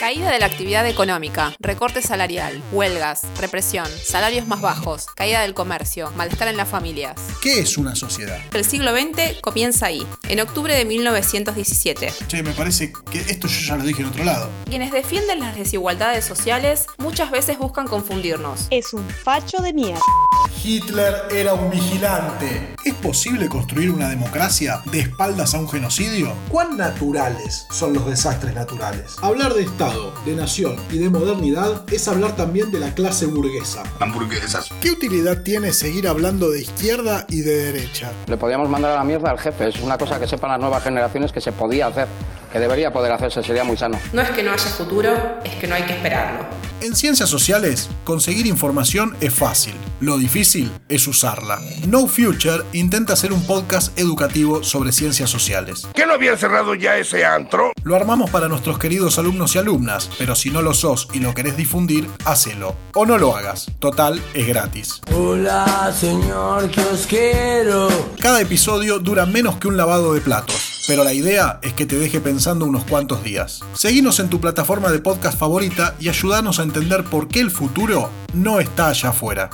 Caída de la actividad económica, recorte salarial, huelgas, represión, salarios más bajos, caída del comercio, malestar en las familias. ¿Qué es una sociedad? El siglo XX comienza ahí, en octubre de 1917. Che, me parece que esto yo ya lo dije en otro lado. Quienes defienden las desigualdades sociales muchas veces buscan confundirnos. Es un facho de mierda. Hitler era un vigilante. ¿Es posible construir una democracia de espaldas a un genocidio? ¿Cuán naturales son los desastres naturales? Hablar de Estado, de nación y de modernidad es hablar también de la clase burguesa. Hamburguesas. ¿Qué utilidad tiene seguir hablando de izquierda y de derecha? Le podíamos mandar a la mierda al jefe. Es una cosa que sepan las nuevas generaciones que se podía hacer, que debería poder hacerse, sería muy sano. No es que no haya futuro, es que no hay que esperarlo. En ciencias sociales, conseguir información es fácil. Lo difícil es usarla. No Future intenta hacer un podcast educativo sobre ciencias sociales. ¿Qué no había cerrado ya ese antro? Lo armamos para nuestros queridos alumnos y alumnas, pero si no lo sos y lo querés difundir, hacelo. O no lo hagas. Total, es gratis. Hola, señor, que os quiero. Cada episodio dura menos que un lavado de platos pero la idea es que te deje pensando unos cuantos días. Seguinos en tu plataforma de podcast favorita y ayúdanos a entender por qué el futuro no está allá afuera.